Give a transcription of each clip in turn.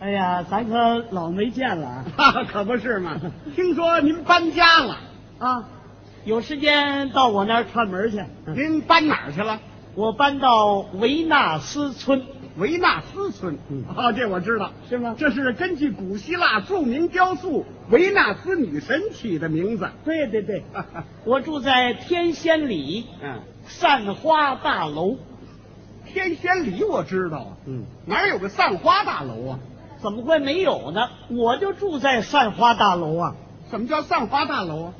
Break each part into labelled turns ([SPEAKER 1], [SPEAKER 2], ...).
[SPEAKER 1] 哎呀，咱可老没见了 啊
[SPEAKER 2] 可不是嘛。听说您搬家了，
[SPEAKER 1] 啊！嗯有时间到我那儿串门去。
[SPEAKER 2] 您搬哪儿去了？
[SPEAKER 1] 我搬到维纳斯村，
[SPEAKER 2] 维纳斯村。
[SPEAKER 1] 嗯
[SPEAKER 2] 哦，这我知道。
[SPEAKER 1] 是吗？
[SPEAKER 2] 这是根据古希腊著名雕塑维纳斯女神起的名字。
[SPEAKER 1] 对对对，我住在天仙里
[SPEAKER 2] 嗯，
[SPEAKER 1] 散花大楼。
[SPEAKER 2] 天仙里我知道啊，
[SPEAKER 1] 嗯，
[SPEAKER 2] 哪儿有个散花大楼啊？
[SPEAKER 1] 怎么会没有呢？我就住在散花大楼啊，
[SPEAKER 2] 怎么叫散花大楼啊？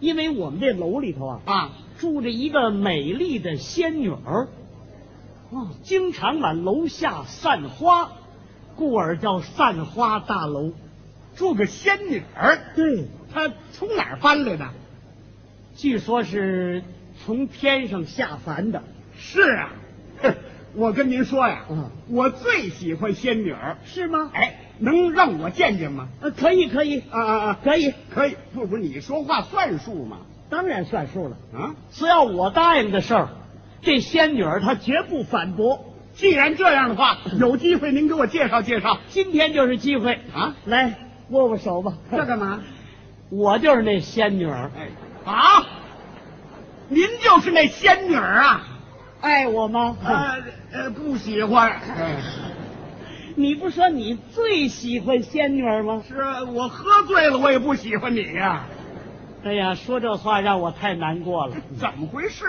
[SPEAKER 1] 因为我们这楼里头啊，
[SPEAKER 2] 啊，
[SPEAKER 1] 住着一个美丽的仙女儿，哦，经常满楼下散花，故而叫散花大楼。
[SPEAKER 2] 住个仙女儿，
[SPEAKER 1] 对，
[SPEAKER 2] 她从哪儿搬来的？
[SPEAKER 1] 据说是从天上下凡的。
[SPEAKER 2] 是啊，哼我跟您说呀，
[SPEAKER 1] 嗯
[SPEAKER 2] 我最喜欢仙女儿，
[SPEAKER 1] 是吗？
[SPEAKER 2] 哎，能让我见见吗？
[SPEAKER 1] 呃，可以，可以，
[SPEAKER 2] 啊啊啊！
[SPEAKER 1] 可以，
[SPEAKER 2] 可以，不不，你说话算数吗？
[SPEAKER 1] 当然算数了。
[SPEAKER 2] 啊，
[SPEAKER 1] 只要我答应的事儿，这仙女儿她绝不反驳。
[SPEAKER 2] 既然这样的话，有机会您给我介绍介绍
[SPEAKER 1] 今天就是机会，
[SPEAKER 2] 啊。
[SPEAKER 1] 来握握手吧。
[SPEAKER 2] 这干嘛？
[SPEAKER 1] 我就是那仙女儿，
[SPEAKER 2] 哎，啊，您就是那仙女儿啊？
[SPEAKER 1] 爱我吗？啊
[SPEAKER 2] 呃呃，不喜欢。哎、
[SPEAKER 1] 你不说你最喜欢仙女儿吗？
[SPEAKER 2] 是啊我喝醉了，我也不喜欢你呀、
[SPEAKER 1] 哎呀，说这话让我太难过了。
[SPEAKER 2] 怎么回事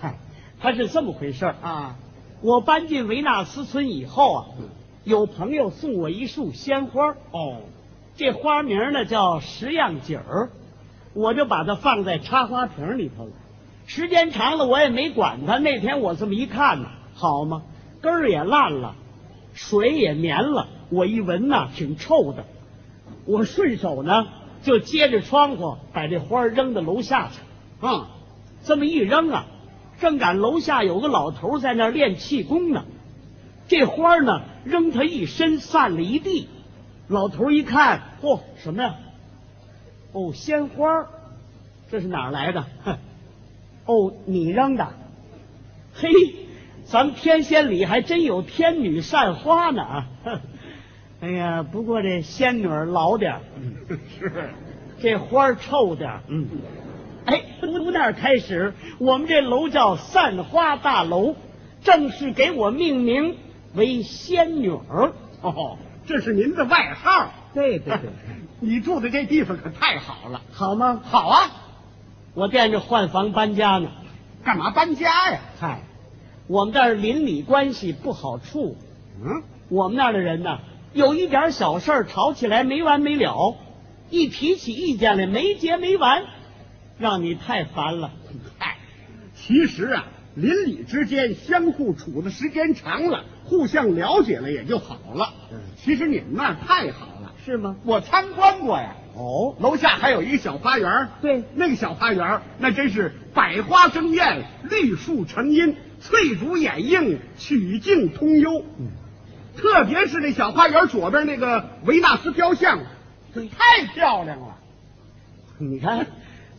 [SPEAKER 1] 嗨，它是这么回事儿
[SPEAKER 2] 啊？啊，嗯
[SPEAKER 1] 我搬进维纳斯村以后啊，有朋友送我一束鲜花，
[SPEAKER 2] 哦，
[SPEAKER 1] 这花名呢叫十样锦儿，我就把它放在插花瓶里头了。时间长了，我也没管它。那天我这么一看呢、好嘛，根儿也烂了，水也粘了，我一闻呐、挺臭的。我顺手呢就接着窗户把这花儿扔到楼下去。
[SPEAKER 2] 啊，
[SPEAKER 1] 这么一扔啊，正赶楼下有个老头在那儿练气功呢。这花儿呢，扔他一身，散了一地。老头一看，嚯、什么呀？哦，鲜花儿，这是哪儿来的？哼哦，你扔的？嘿，咱们天仙里还真有天女散花呢啊！哼哎呀，不过这仙女儿老点儿，
[SPEAKER 2] 是，
[SPEAKER 1] 这花儿臭点儿，
[SPEAKER 2] 嗯，
[SPEAKER 1] 哎，从那儿开始，我们这楼叫散花大楼，正式给我命名为仙女儿。
[SPEAKER 2] 哦，这是您的外号。
[SPEAKER 1] 对，
[SPEAKER 2] 你住的这地方可太好了。
[SPEAKER 1] 好吗？
[SPEAKER 2] 好啊，
[SPEAKER 1] 我惦着换房搬家呢。
[SPEAKER 2] 干嘛搬家呀？
[SPEAKER 1] 嗨，我们这儿邻里关系不好处，
[SPEAKER 2] 嗯，
[SPEAKER 1] 我们那儿的人呢，有一点小事儿吵起来没完没了，一提起意见来没结没完，让你太烦了。
[SPEAKER 2] 哎，其实啊，邻里之间相互处的时间长了，互相了解了也就好了。
[SPEAKER 1] 嗯
[SPEAKER 2] 其实你们那儿太好了，
[SPEAKER 1] 是吗？
[SPEAKER 2] 我参观过呀。
[SPEAKER 1] 哦，
[SPEAKER 2] 楼下还有一个小花园儿，
[SPEAKER 1] 对
[SPEAKER 2] 那个小花园儿那真是百花争艳，绿树成荫，翠竹掩映，曲径通幽。嗯，特别是那小花园左边那个维纳斯雕像，太漂亮了。
[SPEAKER 1] 你看，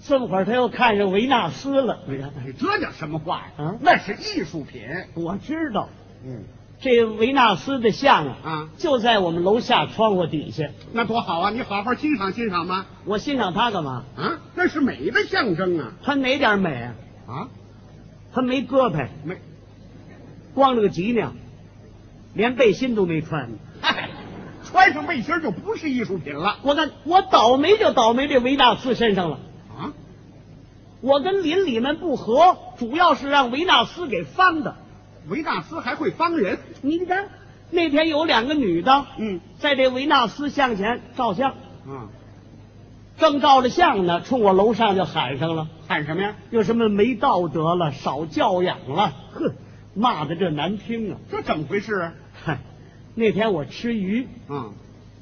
[SPEAKER 1] 这么会儿他又看上维纳斯了。你看，
[SPEAKER 2] 这叫什么话呀？
[SPEAKER 1] 哎啊
[SPEAKER 2] 那是艺术品。
[SPEAKER 1] 我知道。
[SPEAKER 2] 嗯，
[SPEAKER 1] 这维纳斯的像啊，
[SPEAKER 2] 啊
[SPEAKER 1] 就在我们楼下窗户底下。
[SPEAKER 2] 那多好啊！你好好欣赏欣赏吧。
[SPEAKER 1] 我欣赏它干嘛？
[SPEAKER 2] 啊，那是美的象征啊！
[SPEAKER 1] 它哪点美啊？
[SPEAKER 2] 啊，
[SPEAKER 1] 它没胳膊，
[SPEAKER 2] 美，
[SPEAKER 1] 光着个脊梁，连背心都没穿。
[SPEAKER 2] 嗨，穿上背心儿就不是艺术品了
[SPEAKER 1] 我看我倒霉就倒霉这维纳斯身上了。
[SPEAKER 2] 啊！
[SPEAKER 1] 我跟邻里们不和，主要是让维纳斯给翻的。
[SPEAKER 2] 维纳斯还会帮人。
[SPEAKER 1] 你看，那天有两个女的
[SPEAKER 2] 嗯
[SPEAKER 1] 在这维纳斯像前照相，
[SPEAKER 2] 啊，
[SPEAKER 1] 正照着相呢，冲我楼上就喊上了。
[SPEAKER 2] 喊什么呀？
[SPEAKER 1] 又什么没道德了、少教养了，哼，骂的这难听啊！
[SPEAKER 2] 这怎么回事啊？
[SPEAKER 1] 嗨，那天我吃鱼，
[SPEAKER 2] 啊，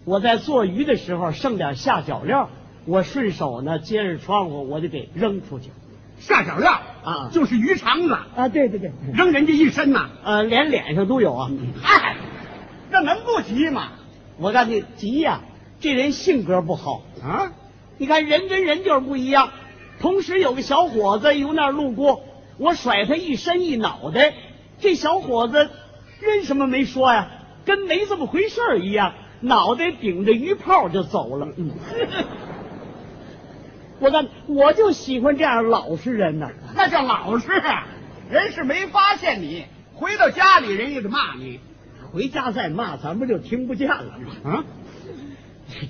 [SPEAKER 1] 我在做鱼的时候剩点下脚料，我顺手呢接着窗户我就给扔出去
[SPEAKER 2] 下脚料
[SPEAKER 1] 啊
[SPEAKER 2] 就是鱼肠子，
[SPEAKER 1] 啊！对对对，
[SPEAKER 2] 扔人家一身呐、
[SPEAKER 1] 呃，连脸上都有啊！
[SPEAKER 2] 嗨、这能不急吗？
[SPEAKER 1] 我告诉你，急呀、这人性格不好。
[SPEAKER 2] 啊，
[SPEAKER 1] 你看人跟人就是不一样。同时有个小伙子由那儿路过，我甩他一身一脑袋，这小伙子认什么没说呀？跟没这么回事儿一样，脑袋顶着鱼泡就走了。 我看我就喜欢这样老实人呐、
[SPEAKER 2] 那叫老实啊！人是没发现你，回到家里人也得骂你
[SPEAKER 1] 回家再骂咱们就听不见了。
[SPEAKER 2] 啊。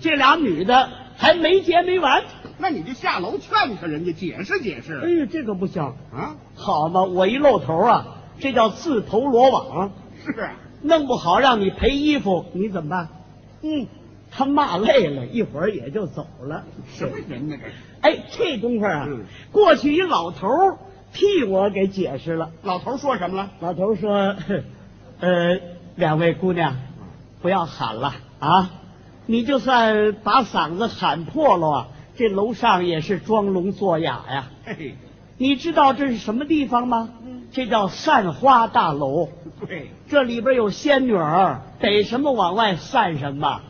[SPEAKER 1] 这俩女的还没结没完。
[SPEAKER 2] 那你就下楼劝劝人家，解释解
[SPEAKER 1] 哎
[SPEAKER 2] 释
[SPEAKER 1] 呦，这可不行，
[SPEAKER 2] 啊。
[SPEAKER 1] 好嘛，我一露头啊，这叫自投罗网，
[SPEAKER 2] 是啊，
[SPEAKER 1] 弄不好让你赔衣服，你怎么办？嗯，他骂累了，一会儿也就走了。
[SPEAKER 2] 什么人呢？这是
[SPEAKER 1] 哎，这功夫啊，
[SPEAKER 2] 嗯
[SPEAKER 1] 过去一老头儿替我给解释了。
[SPEAKER 2] 老头说什么了？
[SPEAKER 1] 老头儿说：“ 呃，两位姑娘，不要喊了啊！你就算把嗓子喊破了啊，这楼上也是装聋作哑呀。
[SPEAKER 2] 嘿嘿，
[SPEAKER 1] 你知道这是什么地方吗？
[SPEAKER 2] 嗯
[SPEAKER 1] 这叫散花大楼，
[SPEAKER 2] 对，
[SPEAKER 1] 这里边有仙女儿，逮什么往外散什么。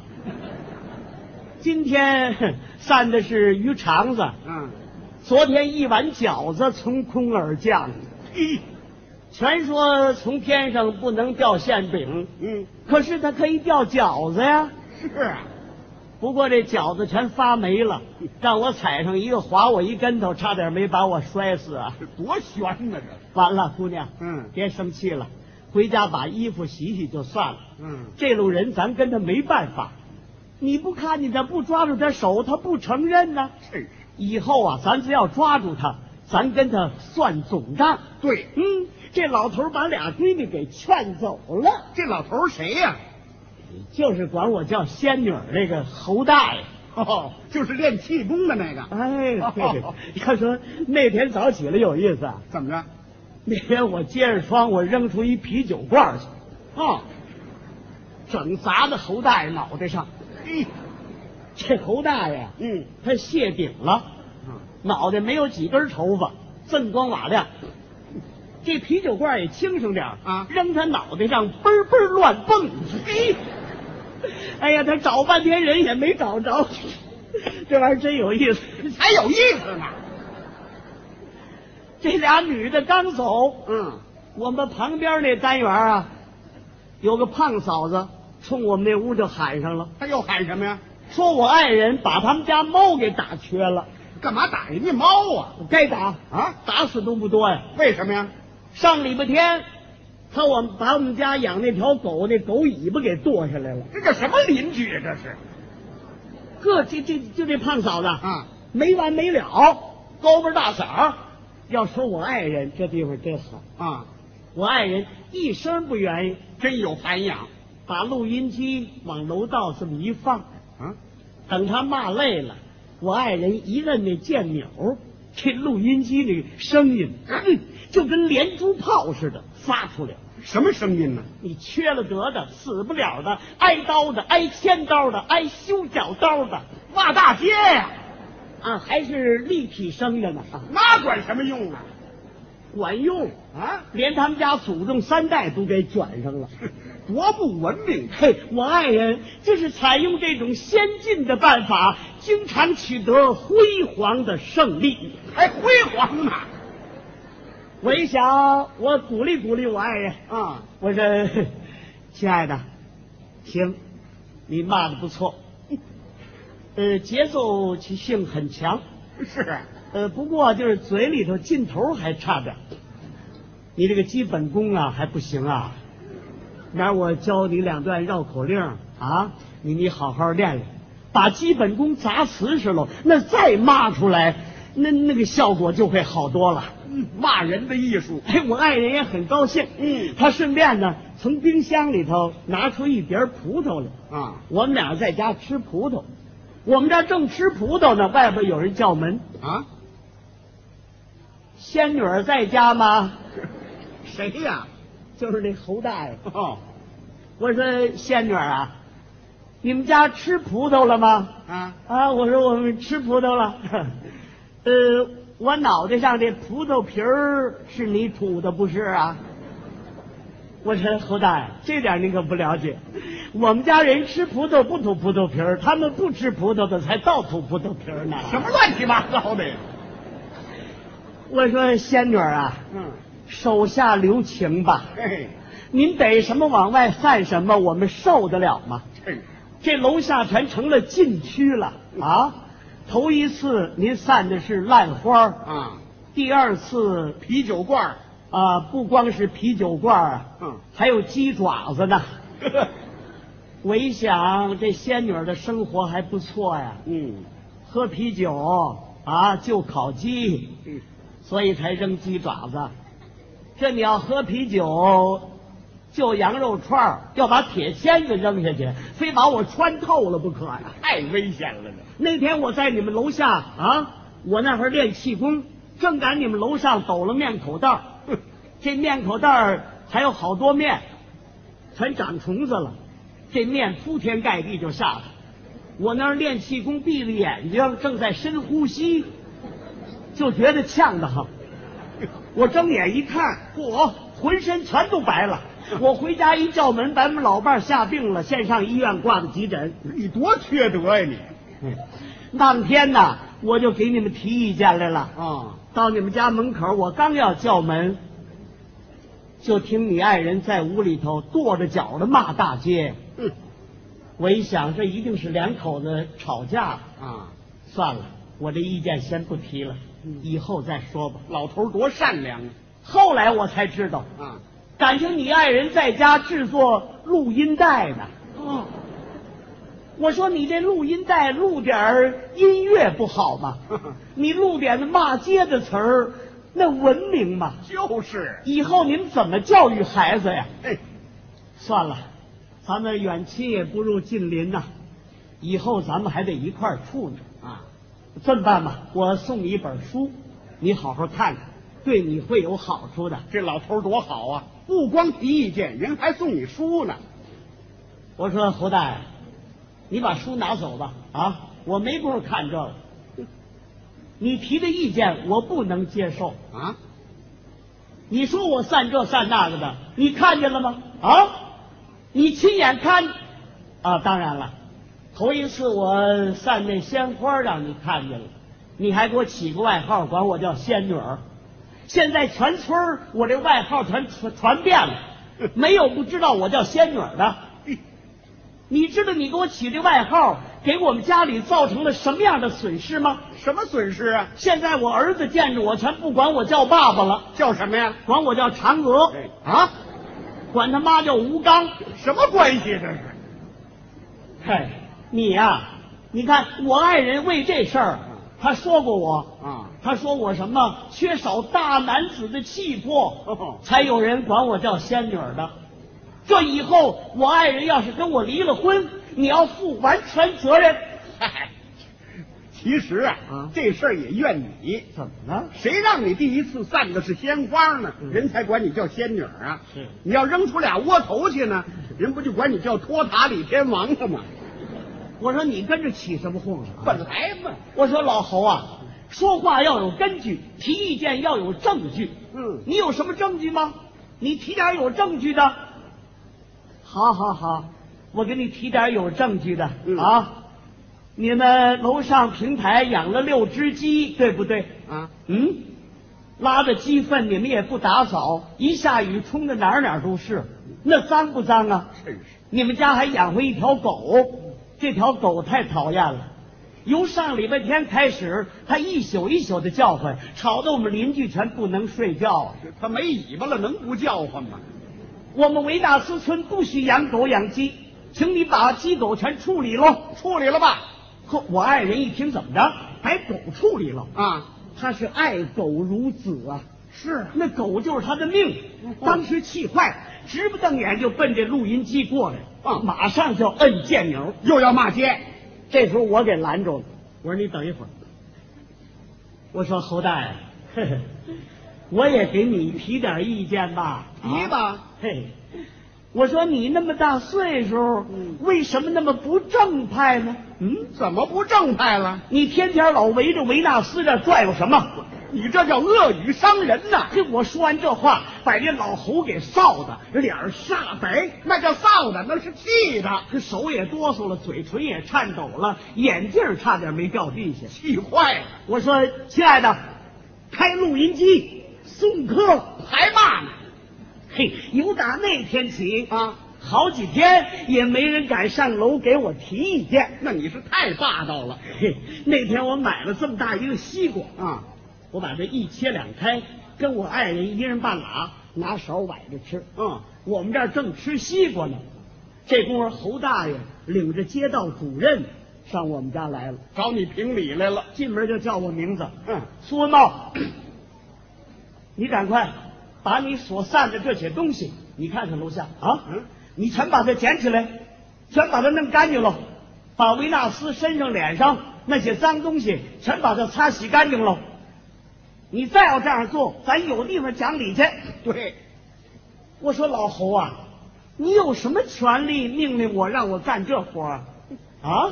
[SPEAKER 1] 今天 散的是鱼肠子，
[SPEAKER 2] 嗯，
[SPEAKER 1] 昨天一碗饺子从空而降，
[SPEAKER 2] 嘿，
[SPEAKER 1] 全说从天上不能掉馅饼，
[SPEAKER 2] 嗯，
[SPEAKER 1] 可是它可以掉饺子呀。
[SPEAKER 2] 是啊，
[SPEAKER 1] 不过这饺子全发霉了，让我踩上一个，划我一跟头，差点没把我摔死啊！
[SPEAKER 2] 这多悬呢，这，
[SPEAKER 1] 完了，姑娘，
[SPEAKER 2] 嗯
[SPEAKER 1] 别生气了，回家把衣服洗洗就算了。
[SPEAKER 2] 嗯，
[SPEAKER 1] 这路人咱跟他没办法，你不看见他，不抓住他手，他不承认呢、
[SPEAKER 2] 这是
[SPEAKER 1] 以后啊，咱只要抓住他，咱跟他算总账。
[SPEAKER 2] 对，
[SPEAKER 1] 嗯，这老头把俩闺女给劝走了，
[SPEAKER 2] 这老头谁呀、
[SPEAKER 1] 就是管我叫仙女儿那个侯大爷。
[SPEAKER 2] 哦，就是练气功的那个，
[SPEAKER 1] 哎， 要说那天早起来有意思啊，
[SPEAKER 2] 怎么着？
[SPEAKER 1] 那天我接着窗，我扔出一啤酒罐儿去，
[SPEAKER 2] 哦，
[SPEAKER 1] 整砸在侯大爷脑袋上。哎
[SPEAKER 2] 嘿，
[SPEAKER 1] 这侯大爷啊
[SPEAKER 2] 嗯，
[SPEAKER 1] 他谢顶了，脑袋没有几根头发，锃光瓦亮。这啤酒罐也轻省点儿
[SPEAKER 2] 啊
[SPEAKER 1] 扔他脑袋上嘣儿嘣儿乱蹦。嘿，哎呀，他找半天人也没找着， 这玩意儿真有意思。
[SPEAKER 2] 还有意思呢。
[SPEAKER 1] 这俩女的刚走，
[SPEAKER 2] 嗯，
[SPEAKER 1] 我们旁边那单元啊，有个胖嫂子冲我们那屋就喊上了，
[SPEAKER 2] 他又喊什么呀？
[SPEAKER 1] 说我爱人把他们家猫给打瘸了，
[SPEAKER 2] 干嘛打人家猫啊？
[SPEAKER 1] 我该打，
[SPEAKER 2] 啊？
[SPEAKER 1] 打死都不多呀。
[SPEAKER 2] 为什么呀？
[SPEAKER 1] 上礼拜天，他我们把我们家养那条狗那狗尾巴给剁下来了。
[SPEAKER 2] 这叫什么邻居啊？这是
[SPEAKER 1] 呵，这这就这胖嫂子
[SPEAKER 2] 啊，
[SPEAKER 1] 没完没了，高鼻大嗓。要说我爱人，这地方真好。
[SPEAKER 2] 啊，
[SPEAKER 1] 我爱人一声不愿意，
[SPEAKER 2] 真有涵养
[SPEAKER 1] 把录音机往楼道这么一放，
[SPEAKER 2] 啊！
[SPEAKER 1] 等他骂累了，我爱人一摁那键钮，这录音机那个声音、嗯就跟连珠炮似的发出来了。
[SPEAKER 2] 什么声音呢？
[SPEAKER 1] 你缺了德的，死不了的，挨刀的，挨千刀的，挨修脚刀的，
[SPEAKER 2] 骂大街呀、
[SPEAKER 1] 啊，还是立体声的呢，啊
[SPEAKER 2] 那管什么用啊？
[SPEAKER 1] 管用，
[SPEAKER 2] 啊，
[SPEAKER 1] 连他们家祖宗三代都给卷上了。
[SPEAKER 2] 多不文明！
[SPEAKER 1] 嘿，我爱人就是采用这种先进的办法，经常取得辉煌的胜利。
[SPEAKER 2] 还辉煌呢！
[SPEAKER 1] 我一想，我鼓励鼓励我爱人，
[SPEAKER 2] 啊，
[SPEAKER 1] 我说， 亲爱的，行，你骂的不错， 呃，节奏性很强，
[SPEAKER 2] 是啊
[SPEAKER 1] 呃，不过就是嘴里头劲头还差点儿。你这个基本功啊还不行啊，明儿我教你两段绕口令儿啊，你你好好练练，把基本功砸瓷实喽，那再骂出来，那那个效果就会好多了。
[SPEAKER 2] 嗯骂人的艺术。
[SPEAKER 1] 哎，我爱人也很高兴。
[SPEAKER 2] 嗯
[SPEAKER 1] 他顺便呢，从冰箱里头拿出一碟儿葡萄来。
[SPEAKER 2] 啊
[SPEAKER 1] 我们俩在家吃葡萄，我们这正吃葡萄呢，外边有人叫门
[SPEAKER 2] 啊，：“
[SPEAKER 1] 仙女儿在家吗
[SPEAKER 2] 谁呀、？”
[SPEAKER 1] 就是那侯大爷。
[SPEAKER 2] 哦
[SPEAKER 1] 我说：“仙女儿啊，你们家吃葡萄了吗
[SPEAKER 2] 啊，？”
[SPEAKER 1] 啊，我说我们吃葡萄了。呃，我脑袋上这葡萄皮儿是你吐的不是啊？我说侯大爷，这点您可不了解。我们家人吃葡萄不吐葡萄皮儿，他们不吃葡萄的才倒吐葡萄皮儿呢。
[SPEAKER 2] 什么乱七八糟的呀？
[SPEAKER 1] 我说仙女儿啊，
[SPEAKER 2] 嗯，
[SPEAKER 1] 手下留情吧，
[SPEAKER 2] 嘿，
[SPEAKER 1] 您逮什么往外散什么，我们受得了吗？
[SPEAKER 2] 这
[SPEAKER 1] 这楼下全成了禁区了啊！头一次您散的是烂花儿
[SPEAKER 2] 啊，
[SPEAKER 1] 第二次
[SPEAKER 2] 啤酒罐儿，
[SPEAKER 1] 啊，不光是啤酒罐儿啊，
[SPEAKER 2] 嗯
[SPEAKER 1] 还有鸡爪子呢。我一想，这仙女儿的生活还不错呀，
[SPEAKER 2] 嗯
[SPEAKER 1] 喝啤酒啊，就烤鸡，
[SPEAKER 2] 嗯，
[SPEAKER 1] 所以才扔鸡爪子。这你要喝啤酒，就羊肉串儿，要把铁签子扔下去，非把我穿透了不可呀、
[SPEAKER 2] 太危险了呢。
[SPEAKER 1] 那天我在你们楼下啊，我那会儿练气功，正赶你们楼上抖了面口袋儿哼这面口袋儿还有好多面，全长虫子了，这面铺天盖地就下来。我那儿练气功，闭着眼睛正在深呼吸，就觉得呛得很。我睁眼一看，嚯，浑身全都白了。我回家一叫门，咱们老伴儿吓病了，先上医院挂的急诊。
[SPEAKER 2] 你多缺德呀你！
[SPEAKER 1] 嗯当天呐，我就给你们提意见来了。
[SPEAKER 2] 啊，
[SPEAKER 1] 到你们家门口，我刚要叫门，就听你爱人在屋里头跺着脚的骂大街。
[SPEAKER 2] 嗯
[SPEAKER 1] 我一想，这一定是两口子吵架。
[SPEAKER 2] 啊，
[SPEAKER 1] 算了，我这意见先不提了，以后再说吧。
[SPEAKER 2] 老头儿多善良啊
[SPEAKER 1] 后来我才知道，
[SPEAKER 2] 啊！
[SPEAKER 1] 感情你爱人在家制作录音带呢。
[SPEAKER 2] 哦，
[SPEAKER 1] 我说你这录音带录点儿音乐不好吗？你录点的骂街的词儿，那文明吗？
[SPEAKER 2] 就是，
[SPEAKER 1] 以后您怎么教育孩子呀？
[SPEAKER 2] 哎，
[SPEAKER 1] 算了，咱们远亲也不如近邻呐、以后咱们还得一块儿处呢。
[SPEAKER 2] 啊，
[SPEAKER 1] 这么办吧，我送你一本书，你好好看看，对你会有好处的。
[SPEAKER 2] 这老头儿多好啊！不光提意见，人还送你书呢。
[SPEAKER 1] 我说侯大爷，你把书拿走吧，啊，我没工夫看这个。你提的意见我不能接受。
[SPEAKER 2] 啊，
[SPEAKER 1] 你说我散这散那个的，你看见了吗？啊，你亲眼看啊？当然了，头一次我散那鲜花让你看见了，你还给我起个外号，管我叫仙女儿。现在全村儿我这外号全传传遍了，没有不知道我叫仙女儿的。你知道你给我起这外号给我们家里造成了什么样的损失吗？
[SPEAKER 2] 什么损失啊？
[SPEAKER 1] 现在我儿子见着我全不管我叫爸爸了，
[SPEAKER 2] 叫什么呀？
[SPEAKER 1] 管我叫嫦娥。
[SPEAKER 2] 哎啊，
[SPEAKER 1] 管他妈叫吴刚。
[SPEAKER 2] 什么关系这是？
[SPEAKER 1] 嘿，你呀、你看我爱人为这事儿，他说过我，
[SPEAKER 2] 啊，
[SPEAKER 1] 他说我什么缺少大男子的气魄，
[SPEAKER 2] 哦，
[SPEAKER 1] 才有人管我叫仙女儿的。这以后我爱人要是跟我离了婚，你要负完全责任。
[SPEAKER 2] 嗨，其实啊，
[SPEAKER 1] 啊
[SPEAKER 2] 这事儿也怨你。
[SPEAKER 1] 怎么了？
[SPEAKER 2] 谁让你第一次散的是鲜花呢？人才管你叫仙女儿啊！
[SPEAKER 1] 嗯是
[SPEAKER 2] 你要扔出俩窝头去呢，人不就管你叫托塔李天王了吗？
[SPEAKER 1] 我说你跟着起什么哄啊？
[SPEAKER 2] 本来嘛，
[SPEAKER 1] 我说老侯啊，说话要有根据，提意见要有证据。
[SPEAKER 2] 嗯
[SPEAKER 1] 你有什么证据吗？你提点有证据的。好好好，我给你提点有证据的、
[SPEAKER 2] 嗯
[SPEAKER 1] 啊。你们楼上平台养了六只鸡，对不对？
[SPEAKER 2] 啊，
[SPEAKER 1] 嗯，拉着鸡粪你们也不打扫，一下雨冲的哪儿哪儿都是，那脏不脏啊？
[SPEAKER 2] 真是
[SPEAKER 1] 你们家还养活一条狗，这条狗太讨厌了。由上礼拜天开始，它一宿一宿的叫唤，吵得我们邻居全不能睡觉。
[SPEAKER 2] 他没尾巴了，能不叫唤吗？
[SPEAKER 1] 我们维纳斯村不许养狗养鸡，请你把鸡狗全处理喽。
[SPEAKER 2] 处理了吧？
[SPEAKER 1] 呵，我爱人一听怎么着，还狗处理了？
[SPEAKER 2] 啊，
[SPEAKER 1] 他是爱狗如子啊，
[SPEAKER 2] 是
[SPEAKER 1] 那狗就是他的命。当时气坏，直不瞪眼就奔这录音机过来，
[SPEAKER 2] 啊
[SPEAKER 1] 马上就摁键钮。
[SPEAKER 2] 又要骂街。
[SPEAKER 1] 这时候我给拦住了，我说你等一会儿。我说侯大爷， 呵呵我也给你提点意见吧，
[SPEAKER 2] 提吧
[SPEAKER 1] 啊嘿，我说你那么大岁数，
[SPEAKER 2] 嗯
[SPEAKER 1] 为什么那么不正派呢？
[SPEAKER 2] 嗯，怎么不正派了？
[SPEAKER 1] 你天天老围着维纳斯这拽悠什么？
[SPEAKER 2] 你这叫恶语伤人呐！
[SPEAKER 1] 这我说完这话，把这老侯给臊的，脸儿煞白，
[SPEAKER 2] 那叫臊的，那是气的，
[SPEAKER 1] 这手也哆嗦了，嘴唇也颤抖了，眼镜儿差点没掉地下。
[SPEAKER 2] 气坏了，
[SPEAKER 1] 我说：“亲爱的，开录音机送客。
[SPEAKER 2] 还骂呢。”
[SPEAKER 1] 嘿，由打那天起，
[SPEAKER 2] 啊，
[SPEAKER 1] 好几天也没人敢上楼给我提意见。
[SPEAKER 2] 那你是太霸道了
[SPEAKER 1] 嘿，那天我买了这么大一个西瓜，
[SPEAKER 2] 啊！
[SPEAKER 1] 我把这一切两开，跟我爱人一人半拉，拿勺崴着吃。
[SPEAKER 2] 嗯，
[SPEAKER 1] 我们这儿正吃西瓜呢，这功夫侯大爷领着街道主任上我们家来了，
[SPEAKER 2] 找你评理来了。
[SPEAKER 1] 进门就叫我名字。
[SPEAKER 2] 嗯，
[SPEAKER 1] 苏文茂，你赶快把你所散的这些东西，你看看楼下啊，
[SPEAKER 2] 嗯
[SPEAKER 1] 你全把它捡起来，全把它弄干净了，把维纳斯身上、脸上那些脏东西全把它擦洗干净了。你再要这样做，咱有地方讲理去。
[SPEAKER 2] 对，
[SPEAKER 1] 我说老侯啊，你有什么权利命令我让我干这活儿啊？啊，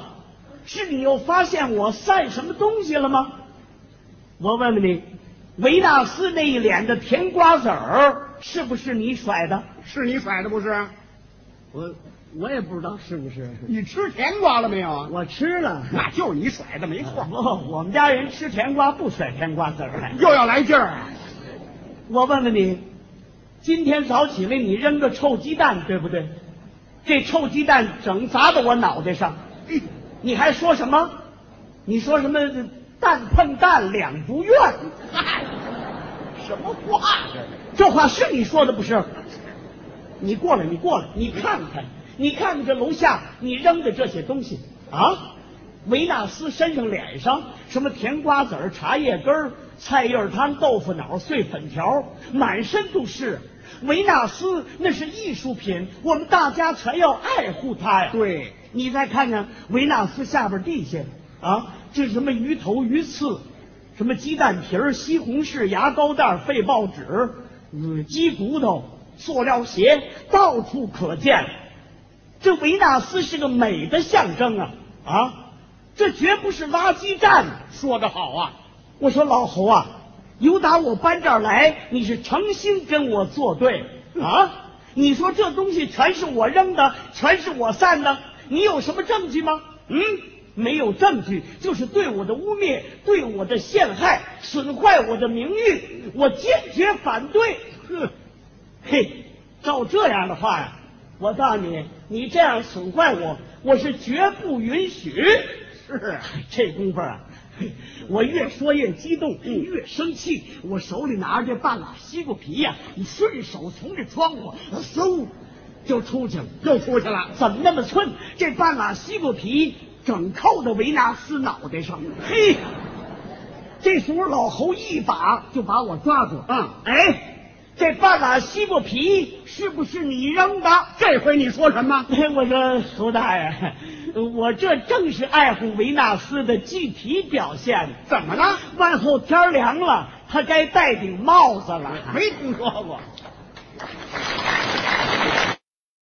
[SPEAKER 1] 是你又发现我散什么东西了吗？我问问你，维纳斯那一脸的甜瓜子儿是不是你甩的？
[SPEAKER 2] 是你甩的不是？
[SPEAKER 1] 我我也不知道是不是，
[SPEAKER 2] 你吃甜瓜了没有啊？
[SPEAKER 1] 我吃了。
[SPEAKER 2] 那就是你甩的，没错。
[SPEAKER 1] 不，我们家人吃甜瓜不甩甜瓜子儿。
[SPEAKER 2] 又要来劲儿啊！
[SPEAKER 1] 我问问你，今天早起来你扔个臭鸡蛋对不对？这臭鸡蛋整砸到我脑袋上。
[SPEAKER 2] 哎
[SPEAKER 1] 你还说什么？你说什么蛋碰蛋两不怨？
[SPEAKER 2] 嗨，什么话这是？
[SPEAKER 1] 这话是你说的不是？你过来，你过来，你看看，你看看这楼下你扔的这些东西啊，维纳斯身上、脸上，什么甜瓜子儿、茶叶根儿、菜叶儿汤、豆腐脑儿、碎粉条儿，满身都是。维纳斯那是艺术品，我们大家全要爱护它呀。
[SPEAKER 2] 对，
[SPEAKER 1] 你再看看维纳斯下边地下啊，这什么鱼头、鱼刺，什么鸡蛋皮儿、西红柿、牙膏袋、废报纸、嗯，鸡骨头、塑料鞋，到处可见。这维纳斯是个美的象征啊啊！这绝不是垃圾站。
[SPEAKER 2] 说得好啊！
[SPEAKER 1] 我说老侯啊，有打我搬这儿来，你是诚心跟我作对啊？你说这东西全是我扔的，全是我散的，你有什么证据吗？嗯，没有证据，就是对我的污蔑，对我的陷害，损坏我的名誉，我坚决反对。
[SPEAKER 2] 哼，
[SPEAKER 1] 嘿，照这样的话呀，我告诉你，你这样损坏我，我是绝不允许。
[SPEAKER 2] 是
[SPEAKER 1] 这功夫啊，嘿我越说越激动，
[SPEAKER 2] 嗯
[SPEAKER 1] 越生气。我手里拿着这半拉西瓜皮呀、你顺手从这窗户呃嗖就出去了。
[SPEAKER 2] 又出去了。
[SPEAKER 1] 怎么那么寸？这半拉西瓜皮整扣到维纳斯脑袋上了。嘿，这时候老侯一把就把我抓住。
[SPEAKER 2] 嗯
[SPEAKER 1] 哎，这半拉西瓜皮是不是你扔的？
[SPEAKER 2] 这回你说什么？
[SPEAKER 1] 我说侯大爷，我这正是爱护维纳斯的具体表现。
[SPEAKER 2] 怎么了？
[SPEAKER 1] 往后天儿凉了，他该戴顶帽子了。
[SPEAKER 2] 没听说过。